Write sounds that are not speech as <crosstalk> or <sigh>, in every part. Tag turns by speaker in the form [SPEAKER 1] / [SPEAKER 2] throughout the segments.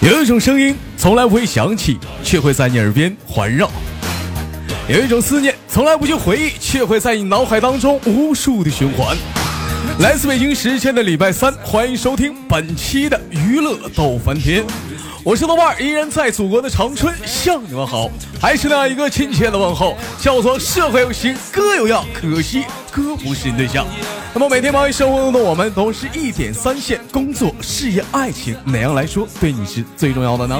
[SPEAKER 1] 有一种声音从来不会响起，却会在你耳边环绕；有一种思念从来不去回忆，却会在你脑海当中无数的循环。来自北京时间的礼拜三，欢迎收听本期的娱乐逗翻天，我是豆瓣儿，依然在祖国的长春向你们好，还是那样一个亲切的问候，叫做社会有形，哥有样，可惜哥不是你对象。那么每天忙于生活中的我们，都是一点三线，工作、事业、爱情，哪样来说对你是最重要的呢？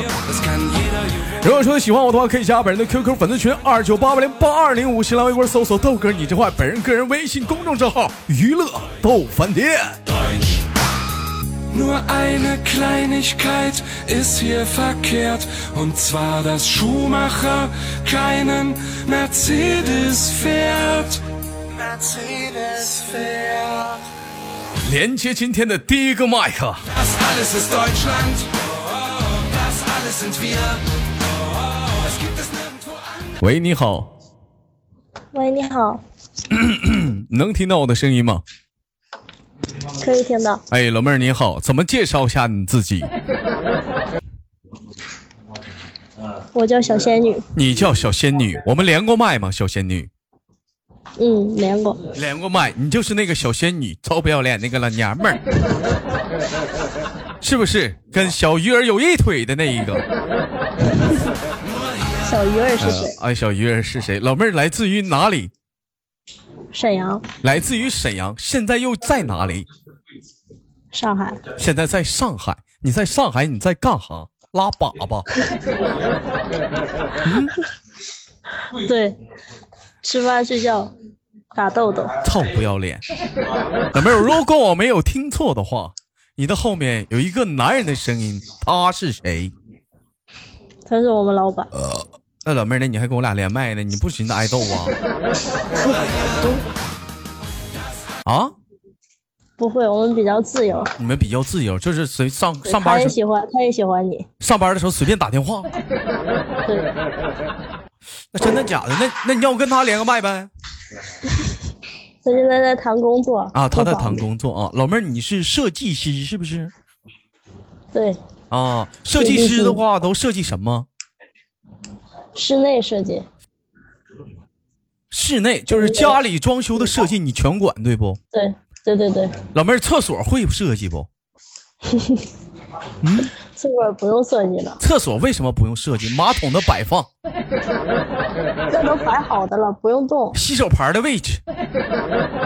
[SPEAKER 1] 如果说喜欢我的话，可以加本人的 QQ 粉丝群二九八八零八二零五，新浪微博搜索豆哥你真坏，本人个人微信公众账号娱乐豆翻天。
[SPEAKER 2] Nur eine Kleinigkeit ist hier verkehrt, und zwar, dass Schumacher keinen Mercedes fährt. Mercedes fährt.
[SPEAKER 1] 连接今天的第一个麦克，
[SPEAKER 2] Das alles ist Deutschland. Oh, Das alles sind wir. Das gibt es nirgendwo anders.
[SPEAKER 1] 喂，你好，
[SPEAKER 3] 喂，你好，
[SPEAKER 1] 能听到我的声音吗？
[SPEAKER 3] 可以听到。
[SPEAKER 1] 哎，老妹儿你好，怎么介绍一下你自己？
[SPEAKER 3] 我叫小仙女，
[SPEAKER 1] 你叫小仙女，我们连过麦吗？小仙女
[SPEAKER 3] 嗯，连过，
[SPEAKER 1] 连过麦，你就是那个小仙女，臭不要脸那个老娘们儿，是不是？跟小鱼儿有一腿的那一个。
[SPEAKER 3] 小鱼儿是谁？
[SPEAKER 1] 哎，小鱼儿是谁？老妹儿来自于哪里？
[SPEAKER 3] 沈阳、
[SPEAKER 1] 来自于沈阳，现在又在哪里？
[SPEAKER 3] 上海，
[SPEAKER 1] 现在在上海。你在上海，你在干哈？拉粑粑？
[SPEAKER 3] 对，吃饭睡觉，打豆豆，
[SPEAKER 1] 臭不要脸！老妹儿，如果我没有听错的话，你的后面有一个男人的声音，他是谁？
[SPEAKER 3] 他是我们老板。
[SPEAKER 1] 那老妹儿呢？你还跟我俩连麦呢？你不寻思挨揍啊？啊？
[SPEAKER 3] 不会，我们比较自由。
[SPEAKER 1] 你们比较自由，就是随上上
[SPEAKER 3] 他
[SPEAKER 1] 班
[SPEAKER 3] 也
[SPEAKER 1] 的时
[SPEAKER 3] 喜欢，他也喜欢你。
[SPEAKER 1] 候上班的时候随便打电话。
[SPEAKER 3] 对，
[SPEAKER 1] 那真的假的？那那你要跟他连个麦呗？
[SPEAKER 3] 他现在在谈工作
[SPEAKER 1] 啊，他
[SPEAKER 3] 不
[SPEAKER 1] 在
[SPEAKER 3] 方
[SPEAKER 1] 谈
[SPEAKER 3] 便
[SPEAKER 1] 工作啊。老妹儿，你是设计师是不是？
[SPEAKER 3] 对，
[SPEAKER 1] 啊，设计
[SPEAKER 3] 对
[SPEAKER 1] 师
[SPEAKER 3] 对
[SPEAKER 1] 的话都设计什么？
[SPEAKER 3] 室内设计，
[SPEAKER 1] 室内就是家里装修的设计，你全管对不？
[SPEAKER 3] 对，对对对，
[SPEAKER 1] 老妹儿，厕所会设计不？
[SPEAKER 3] 这会儿不用设计了，
[SPEAKER 1] 厕所为什么不用设计？马桶的摆放、
[SPEAKER 3] 那都摆好的了，不用动。
[SPEAKER 1] 洗手盘的位置，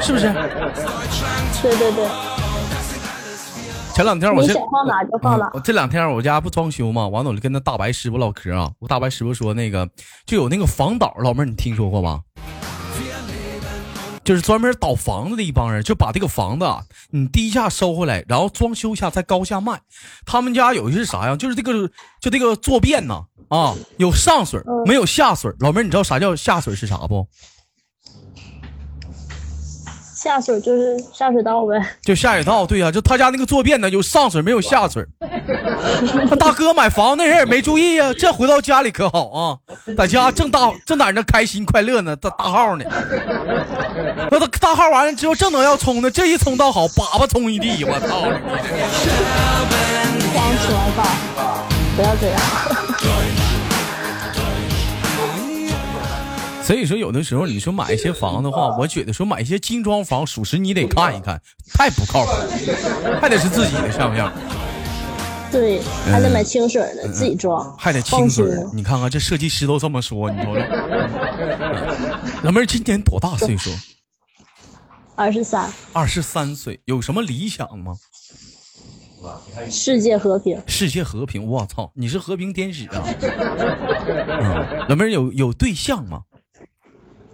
[SPEAKER 1] 是不是？
[SPEAKER 3] 对对对，
[SPEAKER 1] 前两天我
[SPEAKER 3] 你
[SPEAKER 1] 是
[SPEAKER 3] 想放哪就放哪
[SPEAKER 1] 嗯我这两天我家不装修嘛，完了我就跟那大白师傅唠嗑啊。我大白师傅说那个就有那个房导，老妹儿你听说过吗？就是专门倒房子的一帮人，就把这个房子啊，你低价收回来，然后装修一下，再高价卖。他们家有一是啥呀？就是这个就这个坐便呐啊，有上水
[SPEAKER 3] 嗯
[SPEAKER 1] 没有下水。老妹儿，你知道啥叫下水是啥不？
[SPEAKER 3] 下水就是下水道呗。
[SPEAKER 1] 就下水道，对呀、就他家那个坐便呢，有上水没有下水。他大哥买房那人也没注意呀、这回到家里可好啊，在家正大正在那开心快乐呢，大大号呢。那他大号完了之后正能要冲呢，这一冲倒好，粑粑冲一地，我操你！
[SPEAKER 3] 刚吃完饭，不要这样。
[SPEAKER 1] 所以说，有的时候你说买一些房的话，我觉得说买一些精装房，属实你得看一看，太不靠谱，还得是自己的像不像？
[SPEAKER 3] 对，还得买清水的，自己装，
[SPEAKER 1] 嗯还得清
[SPEAKER 3] 放
[SPEAKER 1] 水
[SPEAKER 3] 心。
[SPEAKER 1] 儿，你看看这设计师都这么说，你
[SPEAKER 3] <laughs>
[SPEAKER 1] 瞅瞅。老妹儿今年多大岁数？
[SPEAKER 3] 二十三，
[SPEAKER 1] 二十三岁，有什么理想吗？
[SPEAKER 3] 世界和平，
[SPEAKER 1] 世界和平，我操，你是和平天使啊！嗯、老妹儿有有对象吗？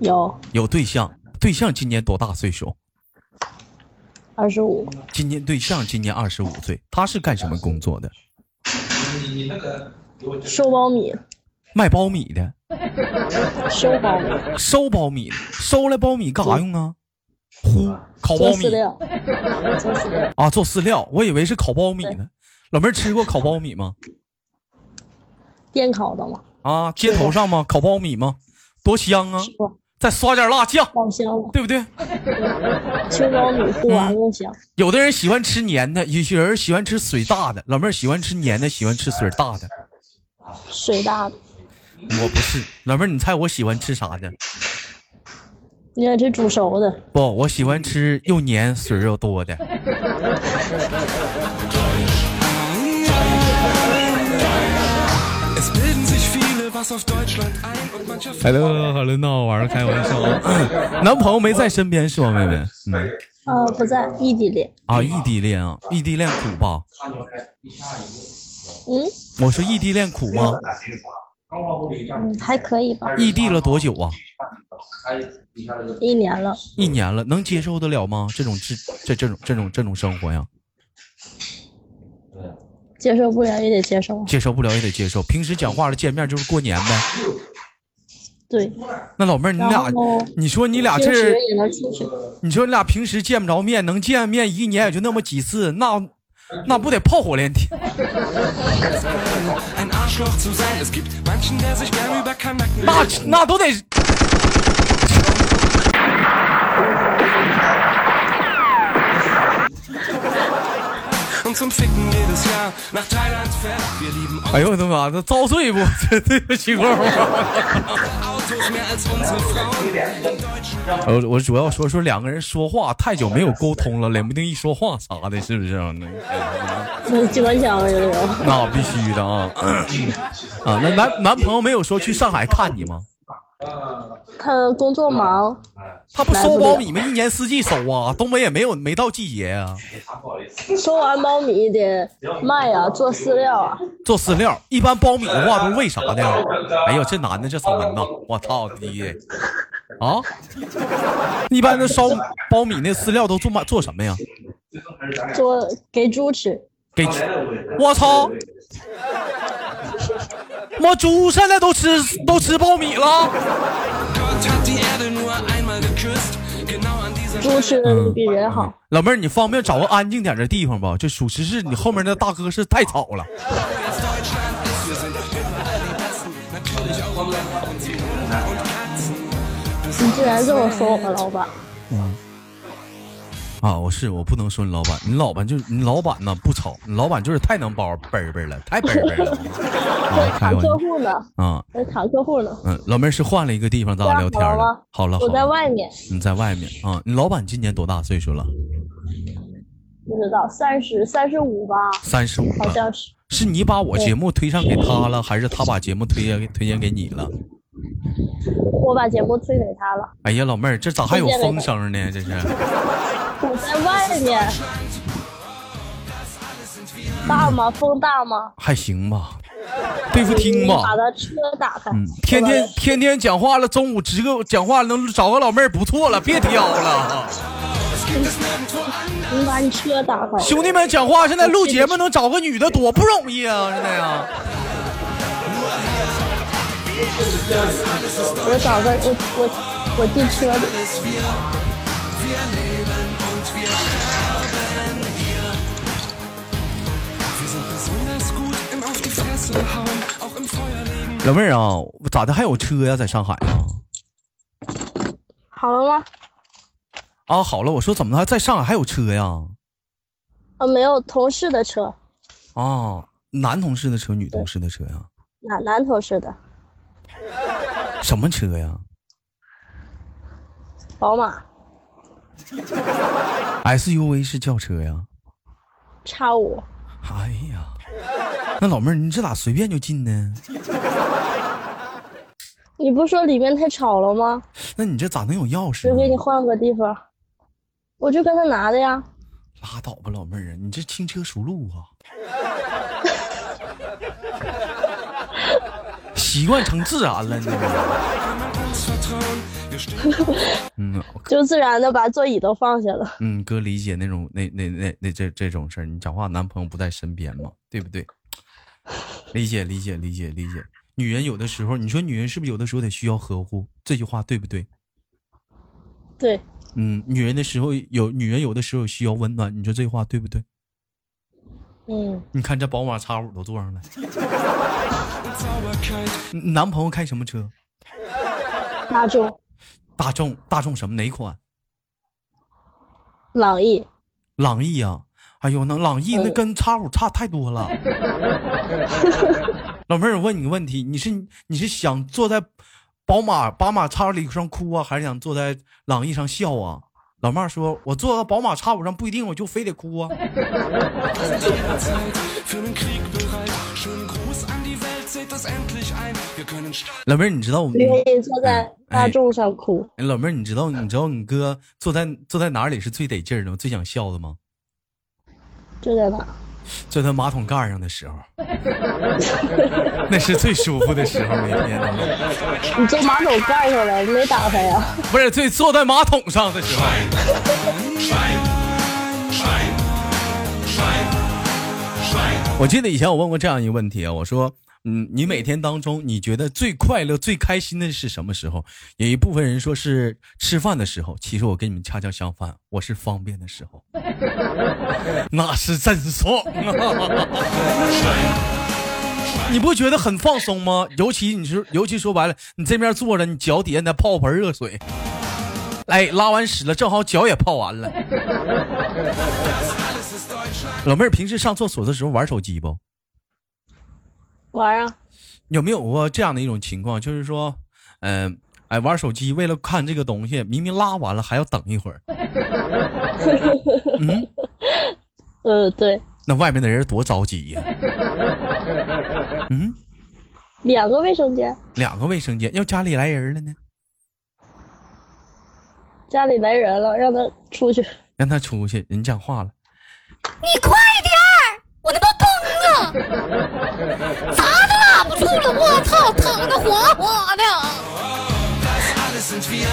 [SPEAKER 3] 有
[SPEAKER 1] 有对象，对象今年多大岁数？
[SPEAKER 3] 二十五，
[SPEAKER 1] 今年对象今年二十五岁，他是干什么工作的？
[SPEAKER 3] 收苞米，
[SPEAKER 1] 卖苞米的，
[SPEAKER 3] 收苞米，
[SPEAKER 1] 收苞米的，收来苞米干啥用啊？烀烤
[SPEAKER 3] 做
[SPEAKER 1] 苞
[SPEAKER 3] 饲
[SPEAKER 1] 米
[SPEAKER 3] 料，做饲料，
[SPEAKER 1] 啊，做饲料，我以为是烤苞米呢。老妹儿吃过烤苞米吗？
[SPEAKER 3] 电烤的嘛，
[SPEAKER 1] 啊，街头上吗？烤苞米吗？多香啊！
[SPEAKER 3] 吃过，
[SPEAKER 1] 再刷点辣酱，
[SPEAKER 3] 爆香了，
[SPEAKER 1] 对不对？
[SPEAKER 3] 秋高米护完了香，
[SPEAKER 1] 有的人喜欢吃黏的，有些人喜欢吃水大的，老妹儿喜欢吃黏的，喜欢吃水大的。
[SPEAKER 3] 水大的。
[SPEAKER 1] 我不是，老妹儿，你猜我喜欢吃啥的？
[SPEAKER 3] 你看这煮熟的，
[SPEAKER 1] 不，我喜欢吃又黏水儿又多的。
[SPEAKER 2] Es bilden sich viele, was auf Deutschland ein und mancher
[SPEAKER 1] h e l l 好了，那我玩开玩笑啊。 <coughs> 男朋友没在身边是吧，妹妹？嗯。
[SPEAKER 3] 啊，不在异地恋，
[SPEAKER 1] 啊，异地恋啊，异地恋苦吧？
[SPEAKER 3] 嗯
[SPEAKER 1] 我说异地恋苦吗？
[SPEAKER 3] 嗯，还可以吧，
[SPEAKER 1] 异地了多久啊？
[SPEAKER 3] 一年了，
[SPEAKER 1] 一年了，能接受得了吗？这种这这这种这种这种生活呀，
[SPEAKER 3] 接受不了也得接受，
[SPEAKER 1] 接受不了也得接受。平时讲话了，见面就是过年呗。
[SPEAKER 3] 对，
[SPEAKER 1] 那老妹儿，你
[SPEAKER 3] 然
[SPEAKER 1] 俩，
[SPEAKER 3] 后
[SPEAKER 1] 你说你俩
[SPEAKER 3] 平
[SPEAKER 1] 啊这
[SPEAKER 3] 时
[SPEAKER 1] 儿，
[SPEAKER 3] 也能出去，
[SPEAKER 1] 你说你俩平时见不着面，能见面一年也就那么几次，那那不得炮火连天？
[SPEAKER 2] ein Arschloch zu sein. Es gibt manchen, der sich gern über Kanacken
[SPEAKER 1] 那那都得。
[SPEAKER 2] und zum Ficken jedes Jahr nach Thailand fährt. Wir lieben
[SPEAKER 1] 哎呦我的妈，这遭
[SPEAKER 3] <laughs>
[SPEAKER 1] 罪不？这对不起，光
[SPEAKER 2] Autos mehr als unsere Frauen. In
[SPEAKER 1] <laughs>
[SPEAKER 2] Deutschland
[SPEAKER 1] 我我主要说说两个人说话太久没有沟通了，冷不丁一说话啥的，是不是啊？那
[SPEAKER 3] 那机关枪了有没有？
[SPEAKER 1] 那必须的啊！啊，那男男朋友没有说去上海看你吗？
[SPEAKER 3] 他工作忙，
[SPEAKER 1] 他不收苞米吗？一年四季收啊，东北也没有没到季节啊。
[SPEAKER 3] 收完苞米得卖呀、做饲料啊，
[SPEAKER 1] 做饲料，一般苞米的话都是喂啥的呀？哎呦，这男的这嗓门呐，我操 <laughs> 你！啊，一般的烧苞米那饲料都做嘛做什么呀？
[SPEAKER 3] 做给猪吃。
[SPEAKER 1] 给猪，哎我操！我猪现在都吃都吃苞米了，
[SPEAKER 2] Gott hat die Erde nur einmal geküsst. Genau an dieser
[SPEAKER 3] 猪吃
[SPEAKER 1] 嗯
[SPEAKER 3] 的比人好，
[SPEAKER 1] 老妹儿，你方便找个安静点的地方吧？这属实是你后面那大哥是太吵了。
[SPEAKER 2] Deutschland ist. Wir sind überall die Besten. Natürlich auch im Land und die Hunde und Katzen.
[SPEAKER 3] 你竟然这么说我们老板，
[SPEAKER 1] 啊，我是我不能说你老板，你老板就是你老板呐，不吵，你老板就是太能包倍儿倍儿了，太倍儿倍儿了。啊，开
[SPEAKER 3] 谈
[SPEAKER 1] 玩
[SPEAKER 3] 客
[SPEAKER 1] 笑
[SPEAKER 3] 户呢，
[SPEAKER 1] 啊，
[SPEAKER 3] 在谈客户呢，
[SPEAKER 1] 嗯，老妹儿是换了一个地方咱俩聊天
[SPEAKER 3] 这样好吗
[SPEAKER 1] 了。好了，好
[SPEAKER 3] 啊我在
[SPEAKER 1] 了，
[SPEAKER 3] 外面，
[SPEAKER 1] 你在外面啊？你老板今年多大岁数了？
[SPEAKER 3] 不知道三十三十五吧，
[SPEAKER 1] 三十五
[SPEAKER 3] 好
[SPEAKER 1] 了。
[SPEAKER 3] 像是，
[SPEAKER 1] 是你把我节目推上给他了，还是他把节目推荐推荐给你了？
[SPEAKER 3] 我把节目推给他了，
[SPEAKER 1] 哎呀，老妹儿，这咋还有风声呢？这是
[SPEAKER 3] 我在外面，大吗？风大吗？
[SPEAKER 1] 还行吧，对付听
[SPEAKER 3] 你
[SPEAKER 1] 吧
[SPEAKER 3] 把。他车打开，
[SPEAKER 1] 嗯，天天天天讲话了，中午直个讲话能找个老妹儿不错了，别挑了。
[SPEAKER 3] 你把你车打开，
[SPEAKER 1] 兄弟们讲话，现在录节目能找个女的多不容易啊！现在啊，
[SPEAKER 3] 我找个我我我进车里，
[SPEAKER 2] Wir sind besonders gut im Auf die Fresse hauen, auch im Feuer legen.
[SPEAKER 1] 老妹儿啊，咋的还有车呀、在上海啊？
[SPEAKER 3] 好了吗？
[SPEAKER 1] 啊，好了，我说怎么的还在上海还有车呀、
[SPEAKER 3] 啊，没有同事的车，
[SPEAKER 1] 啊？男同事的车，女同事的车呀、
[SPEAKER 3] 男男同事的
[SPEAKER 1] 什么车呀、
[SPEAKER 3] 宝马
[SPEAKER 1] SUV 是轿车呀？
[SPEAKER 3] 叉五，
[SPEAKER 1] 哎呀，那老妹儿，你这咋随便就进呢？
[SPEAKER 3] 你不说里面太吵了吗？
[SPEAKER 1] 那你这咋能有钥匙
[SPEAKER 3] 就给你
[SPEAKER 1] 呢？
[SPEAKER 3] 换个地方，我就跟他拿的呀。
[SPEAKER 1] 拉倒吧，老妹儿啊，你这轻车熟路啊， <laughs> 习惯成自然了，你这个。
[SPEAKER 2] Uns vertrauen, wir stehen
[SPEAKER 1] 嗯
[SPEAKER 3] 就自然的把座椅都放下了。
[SPEAKER 1] 嗯，哥理解那种那那那那这这种事儿，你讲话男朋友不在身边嘛，对不对？理解理解理解理解。女人有的时候，你说女人是不是有的时候得需要呵护？这句话对不对？
[SPEAKER 3] 对，
[SPEAKER 1] 嗯，女人的时候有女人有的时候需要温暖，你说这话对不对？
[SPEAKER 3] 嗯，
[SPEAKER 1] 你看这宝马叉五都坐上了，
[SPEAKER 2] in Sauberkeit.
[SPEAKER 1] 你男朋友开什么车？
[SPEAKER 3] 大众
[SPEAKER 1] 大众大众什么哪款？
[SPEAKER 3] 朗逸，
[SPEAKER 1] 朗逸呀、哎呦，那朗逸那
[SPEAKER 3] 嗯
[SPEAKER 1] 跟叉五差太多了。老妹儿，我问你个问题，你是你是想坐在宝马宝马叉五上哭啊，还是想坐在朗逸上笑啊？老妹儿说，我坐到宝马叉五上不一定我就非得哭啊。
[SPEAKER 2] Für einen Krieg bereit. Schönen Gruß an die Welt, seht das endlich ein. Wir können starten.
[SPEAKER 1] 老妹儿，你知道我们
[SPEAKER 3] 愿意坐在大
[SPEAKER 1] 哎
[SPEAKER 3] 众上哭。
[SPEAKER 1] 哎老妹儿，你知道你知道你哥坐在坐在哪里是最得劲儿的吗，最想笑的吗？
[SPEAKER 3] 就在那，
[SPEAKER 1] 坐在马桶盖上的时候， <laughs> 那是最舒服的时候。每天都
[SPEAKER 3] 你坐马桶盖上了，你没打他呀？
[SPEAKER 1] 不是最坐在马桶上的时候。我记得以前我问过这样一个问题啊，我说，嗯，你每天当中你觉得最快乐、最开心的是什么时候？有一部分人说是吃饭的时候，其实我跟你们恰恰相反，我是方便的时候，那是真爽啊！你不觉得很放松吗？尤其你是，尤其说白了，你这边坐着，你脚底下那泡盆热水，哎，拉完屎了，正好脚也泡完了。老妹儿，平时上厕所的时候玩手机不？
[SPEAKER 3] 玩啊，
[SPEAKER 1] 有没有过这样的一种情况，就是说，嗯、哎，玩手机为了看这个东西，明明拉完了还要等一会儿，
[SPEAKER 3] 呃，对，
[SPEAKER 1] 那外面的人多着急呀、嗯，
[SPEAKER 3] 两个卫生间，
[SPEAKER 1] 两个卫生间，要家里来人了呢，
[SPEAKER 3] 家里来人了，让他出去。
[SPEAKER 1] 让他出去，人讲话了。
[SPEAKER 4] 你快点儿，我他妈崩了，砸都拉不住了，我操，疼的哗哗的。
[SPEAKER 2] Das alles sind wir.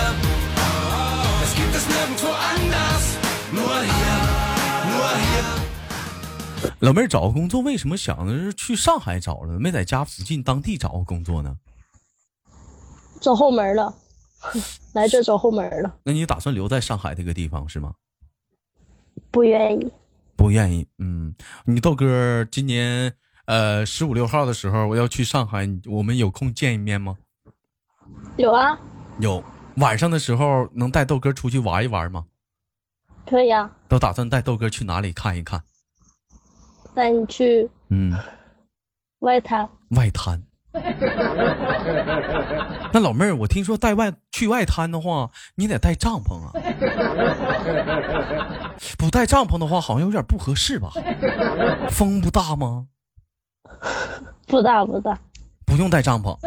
[SPEAKER 2] Das gibt es nirgendwo anders. Nur hier, nur hier.
[SPEAKER 1] 老妹儿找个工作，为什么想着是去上海找了，没在家附近当地找个工作呢？
[SPEAKER 3] 走后门了， <laughs> 来这走后门了，
[SPEAKER 1] 那你打算留在上海这个地方是吗？
[SPEAKER 3] 不愿意。
[SPEAKER 1] 不愿意，嗯，你豆哥今年呃十五六号的时候我要去上海，你我们有空见一面吗？
[SPEAKER 3] 有啊，
[SPEAKER 1] 有，晚上的时候能带豆哥出去玩一玩吗？
[SPEAKER 3] 可以啊，
[SPEAKER 1] 都打算带豆哥去哪里看一看？
[SPEAKER 3] 带你去
[SPEAKER 1] 嗯，
[SPEAKER 3] 外滩。
[SPEAKER 1] 外滩。那老妹儿，我听说带外去外滩的话，你得带帐篷啊。不带帐篷的话，好像有点不合适吧？风不大吗？
[SPEAKER 3] 不大不大，
[SPEAKER 1] 不用带帐篷。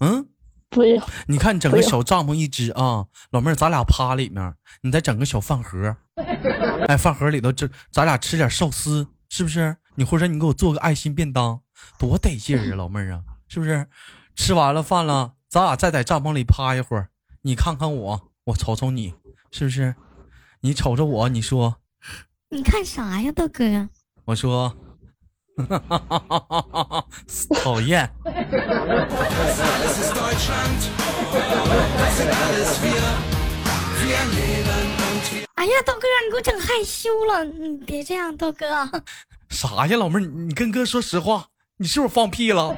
[SPEAKER 1] 嗯，
[SPEAKER 3] 不用，
[SPEAKER 1] 你看你整个
[SPEAKER 3] 不用
[SPEAKER 1] 小帐篷一支啊，老妹儿，咱俩趴里面，你再整个小饭盒，哎，饭盒里头这咱俩吃点寿司，是不是？你或者你给我做个爱心便当，多得劲儿啊，老妹儿啊，是不是？吃完了饭了，咱俩再在帐篷里趴一会儿，你看看我，我瞅瞅你，是不是？你瞅着我，你说，
[SPEAKER 4] 你看啥呀，大哥？
[SPEAKER 1] 我说， <laughs> 讨厌。 <laughs>
[SPEAKER 2] Das ist Deutschland. Das sind alles wir. Wir leben und wir
[SPEAKER 4] 哎呀，豆哥，你给我整害羞了，你别这样，豆哥。
[SPEAKER 1] 啥呀，老妹儿，你你跟哥说实话，你是不是放屁了？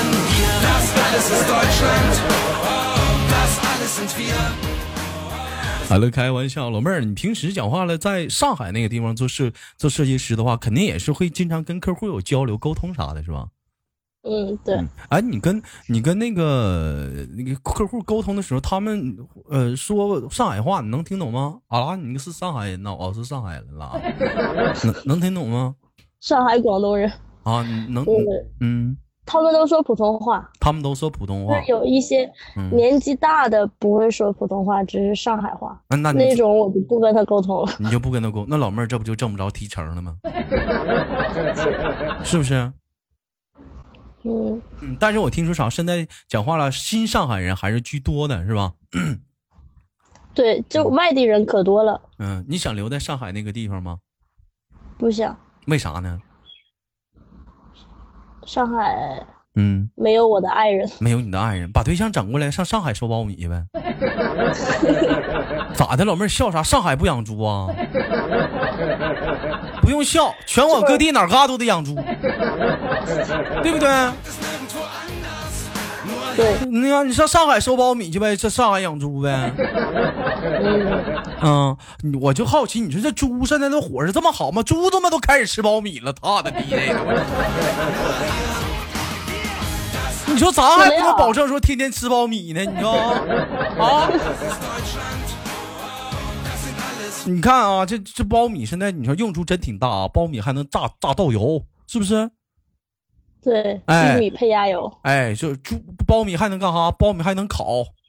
[SPEAKER 2] Das ist Deutschland. Das alles sind wir.
[SPEAKER 1] 好了，开玩笑，老妹儿，你平时讲话了，在上海那个地方做设做设计师的话，肯定也是会经常跟客户有交流、沟通啥的，是吧？
[SPEAKER 3] 嗯，对，
[SPEAKER 1] 哎，你跟你跟那个那个客户沟通的时候，他们呃说上海话，你能听懂吗？啊，你是上海人呐，我是上海人啦，能能听懂吗？
[SPEAKER 3] 上海广东人，
[SPEAKER 1] 啊，你能
[SPEAKER 3] 嗯
[SPEAKER 1] 嗯，
[SPEAKER 3] 他们都说普通话，
[SPEAKER 1] 他们都说普通话
[SPEAKER 3] 但，有一些
[SPEAKER 1] 嗯
[SPEAKER 3] 年纪大的不会说普通话，只是上海话，
[SPEAKER 1] 那那
[SPEAKER 3] 那
[SPEAKER 1] 你
[SPEAKER 3] 种我就不跟他沟通了。
[SPEAKER 1] 你就不跟他沟，那老妹儿这不就挣不着提成
[SPEAKER 3] <laughs>
[SPEAKER 1] 了吗？是不是？
[SPEAKER 3] 嗯，
[SPEAKER 1] 嗯，但是我听说啥，现在讲话了，新上海人还是居多的，是吧？
[SPEAKER 3] 对，就外地人可多了，
[SPEAKER 1] 嗯，你想留在上海那个地方吗？
[SPEAKER 3] 不想
[SPEAKER 1] 为啥呢？
[SPEAKER 3] 上海
[SPEAKER 1] 嗯，
[SPEAKER 3] 没有我的爱人，
[SPEAKER 1] 没有你的爱人，把对象整过来上上海收苞米呗？咋的，老妹儿笑啥？上海不养猪啊？不用笑，全国各地哪儿嘎都得养猪，对不对？
[SPEAKER 2] Das nirgendwo anders. Nur
[SPEAKER 3] 对，
[SPEAKER 1] 那个你上上海收苞米去呗，上上海养猪呗。嗯，你我就好奇，你说这猪现在那伙食这么好吗？猪他妈都开始吃苞米了，他的逼的！你说咱还不能保证说天天吃苞米呢？你说啊？你看啊，这这苞米现在你说用处真挺大啊，苞米还能榨榨豆油，是不是？
[SPEAKER 3] 对，
[SPEAKER 1] 哎
[SPEAKER 3] 玉米配鸭油，
[SPEAKER 1] 哎，就猪苞米还能干哈？苞米还能烤，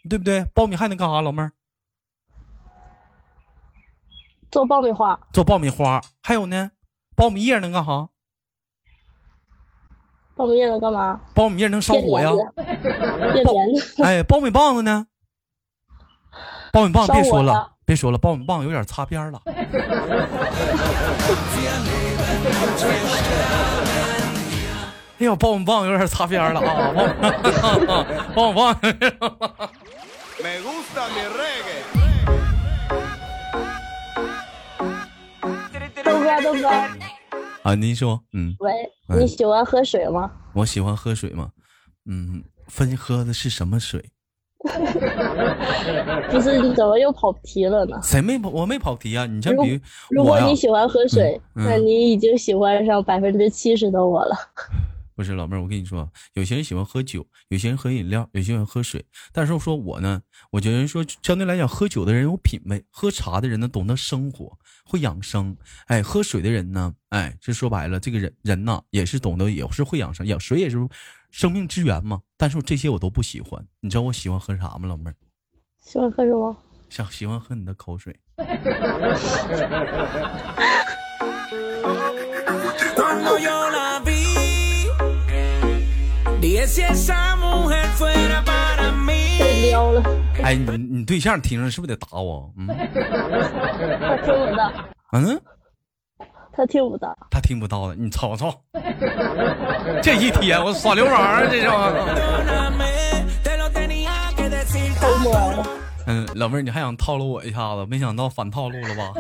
[SPEAKER 1] 对不对？苞米还能干哈，老妹儿？
[SPEAKER 3] 做爆米花，
[SPEAKER 1] 做爆米花，还有呢，苞米叶能干哈？
[SPEAKER 3] 爆米叶能干嘛？
[SPEAKER 1] 苞米叶能烧
[SPEAKER 3] 腌
[SPEAKER 1] 火呀
[SPEAKER 3] 莲。子，腌莲子，
[SPEAKER 1] 哎，苞米棒子呢？苞米棒
[SPEAKER 3] 烧
[SPEAKER 1] 别说
[SPEAKER 3] 火
[SPEAKER 1] 了
[SPEAKER 3] 呀，
[SPEAKER 1] 别说了，苞米棒有点擦边儿了。 <laughs> 哎呦，苞米棒有点擦边儿了啊！苞米棒有点儿，
[SPEAKER 2] Me gusta mi reggae.
[SPEAKER 3] 豆哥，豆哥，
[SPEAKER 1] <laughs> 啊，您说，嗯，
[SPEAKER 3] 喂，
[SPEAKER 1] 哎
[SPEAKER 3] 你喜欢喝水吗？
[SPEAKER 1] 我喜欢喝水嘛，嗯，分喝的是什么水？
[SPEAKER 3] 不是，你怎么又跑题了呢？
[SPEAKER 1] 谁没跑？我没跑题啊！你这
[SPEAKER 3] 如
[SPEAKER 1] 比
[SPEAKER 3] 如
[SPEAKER 1] 我啊呀
[SPEAKER 3] 果你喜欢喝水，
[SPEAKER 1] 嗯
[SPEAKER 3] 那你已经喜欢上百分之七十的我了。
[SPEAKER 1] 不是老妹儿，我跟你说，啊有些人喜欢喝酒，有些人喝饮料，有些人喝水。但是说我呢，我觉得说相对来讲，喝酒的人有品味，喝茶的人呢懂得生活，会养生。哎，喝水的人呢，哎，这说白了，这个人人呐也是懂得，也是会养生，养水也是生命之源嘛。但是我这些我都不喜欢，你知道我喜欢喝啥吗，老妹儿？
[SPEAKER 3] 喜欢喝什么？
[SPEAKER 1] 想喜欢喝你的口水。
[SPEAKER 2] Cuando yo la vi, dije si esa mujer fuera para mí.
[SPEAKER 3] 被撩了，
[SPEAKER 1] 哎，你你对象听着是不是得打我？嗯
[SPEAKER 3] 他听不到，
[SPEAKER 1] 嗯。他
[SPEAKER 3] 他听不到。
[SPEAKER 1] 听不到的，你瞅瞅， <laughs> 这一天我耍流氓啊，这是。
[SPEAKER 2] Perdóname, te lo tenía que decir.
[SPEAKER 3] 偷摸了，
[SPEAKER 1] 嗯，老妹儿，你还想套路我一下子，没想到反套路了吧？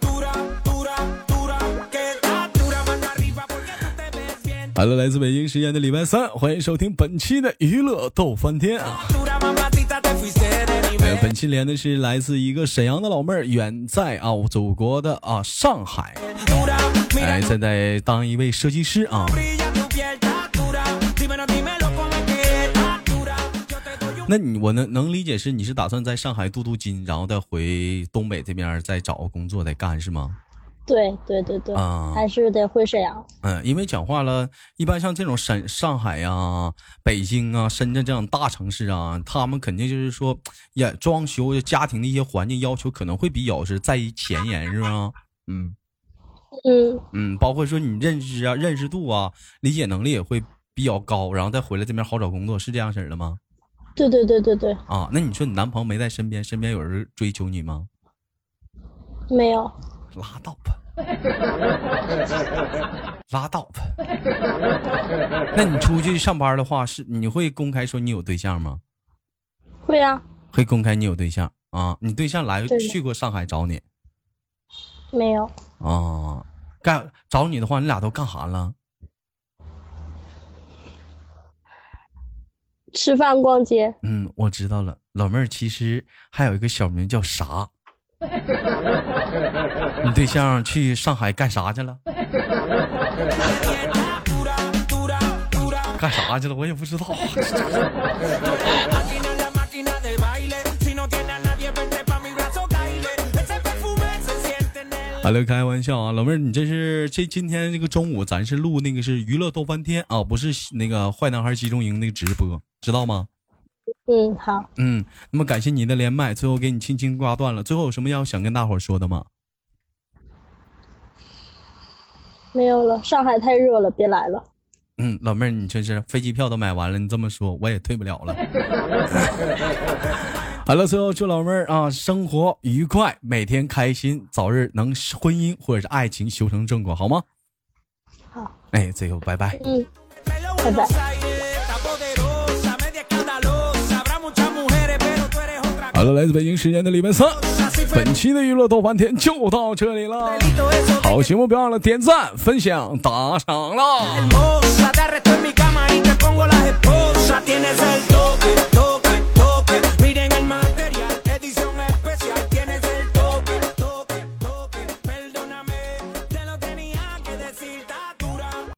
[SPEAKER 2] Dura, dura, dura, que da dura, mano arriba porque tú te ves bien.
[SPEAKER 5] 好了，来自北京时间的礼拜三，欢迎收听本期的娱乐逗翻天啊！
[SPEAKER 2] Dura, mamatita, te fuiste de
[SPEAKER 5] 还有
[SPEAKER 2] nivel.
[SPEAKER 5] 本期连的是来自一个沈阳的老妹儿，远在啊我祖国的啊上海，
[SPEAKER 2] Dura, mira,
[SPEAKER 5] 哎，正在当一位设计师啊。
[SPEAKER 2] brilla tu piel, da dura. Dímelo, dímelo, cómo es que da dura. Yo te doy un
[SPEAKER 1] 那你我能能理解是你是打算在上海镀镀金，然后再回东北这边儿再找个工作再干是吗？
[SPEAKER 3] 对对对对，
[SPEAKER 1] 啊
[SPEAKER 3] 还是得回沈阳。
[SPEAKER 1] 嗯，因为讲话了，一般像这种沈上海呀、北京啊、深圳这样大城市啊，他们肯定就是说，也装修家庭的一些环境要求可能会比较是在意前沿是吧？嗯。
[SPEAKER 3] 嗯，
[SPEAKER 1] 嗯，包括说你认知啊、认识度啊、理解能力也会比较高，然后再回来这边好找工作，是这样式儿的吗？
[SPEAKER 3] 对对对对对，
[SPEAKER 1] 啊，那你说你男朋友没在身边，身边有人追求你吗？
[SPEAKER 3] 没有，
[SPEAKER 1] 拉倒吧，拉倒吧。那你出去上班的话，是你会公开说你有对象吗？
[SPEAKER 3] 会啊，
[SPEAKER 1] 会公开你有对象啊？你对象来
[SPEAKER 3] 对的
[SPEAKER 1] 去过上海找你
[SPEAKER 3] 没有，
[SPEAKER 1] 啊？干找你的话，你俩都干啥了？
[SPEAKER 3] 吃饭逛街，
[SPEAKER 1] 嗯，我知道了，老妹儿其实还有一个小名叫啥？你对象去上海干啥去了？干啥去了？我也不知道。
[SPEAKER 2] máquina, la máquina de baile. Si no tiene a nadie, vente pa' mi brazo, caile. Ese perfume se siente en el
[SPEAKER 1] 好了，开玩笑啊，老妹儿，你这是这今天这个中午咱是录那个是娱乐逗翻天啊，不是那个坏男孩集中营那个直播，知道吗？
[SPEAKER 3] 嗯，好，
[SPEAKER 1] 嗯，那么感谢你的连麦，最后给你轻轻挂断了。最后有什么要想跟大伙儿说的吗？
[SPEAKER 3] 没有了。上海太热了，别来了。
[SPEAKER 1] 嗯，老妹儿，你真是飞机票都买完了，你这么说我也退不了了。好了，最后祝老妹儿啊，生活愉快，每天开心，早日能婚姻或者是爱情修成正果，好吗？
[SPEAKER 3] 好。
[SPEAKER 1] 哎，最后拜拜。
[SPEAKER 3] 嗯，
[SPEAKER 2] pelo
[SPEAKER 3] Bye-bye.
[SPEAKER 2] Buenos Aires. Está poderosa, media escandalosa. Habrá muchas mujeres, pero tú eres otra cosa.
[SPEAKER 5] 好
[SPEAKER 1] 好了，来自北京时间的礼拜三，本期的娱乐逗翻天就到这里了。好节目别忘了点赞、分享、打赏了。
[SPEAKER 6] Hermosa, te arresto en mi cama y te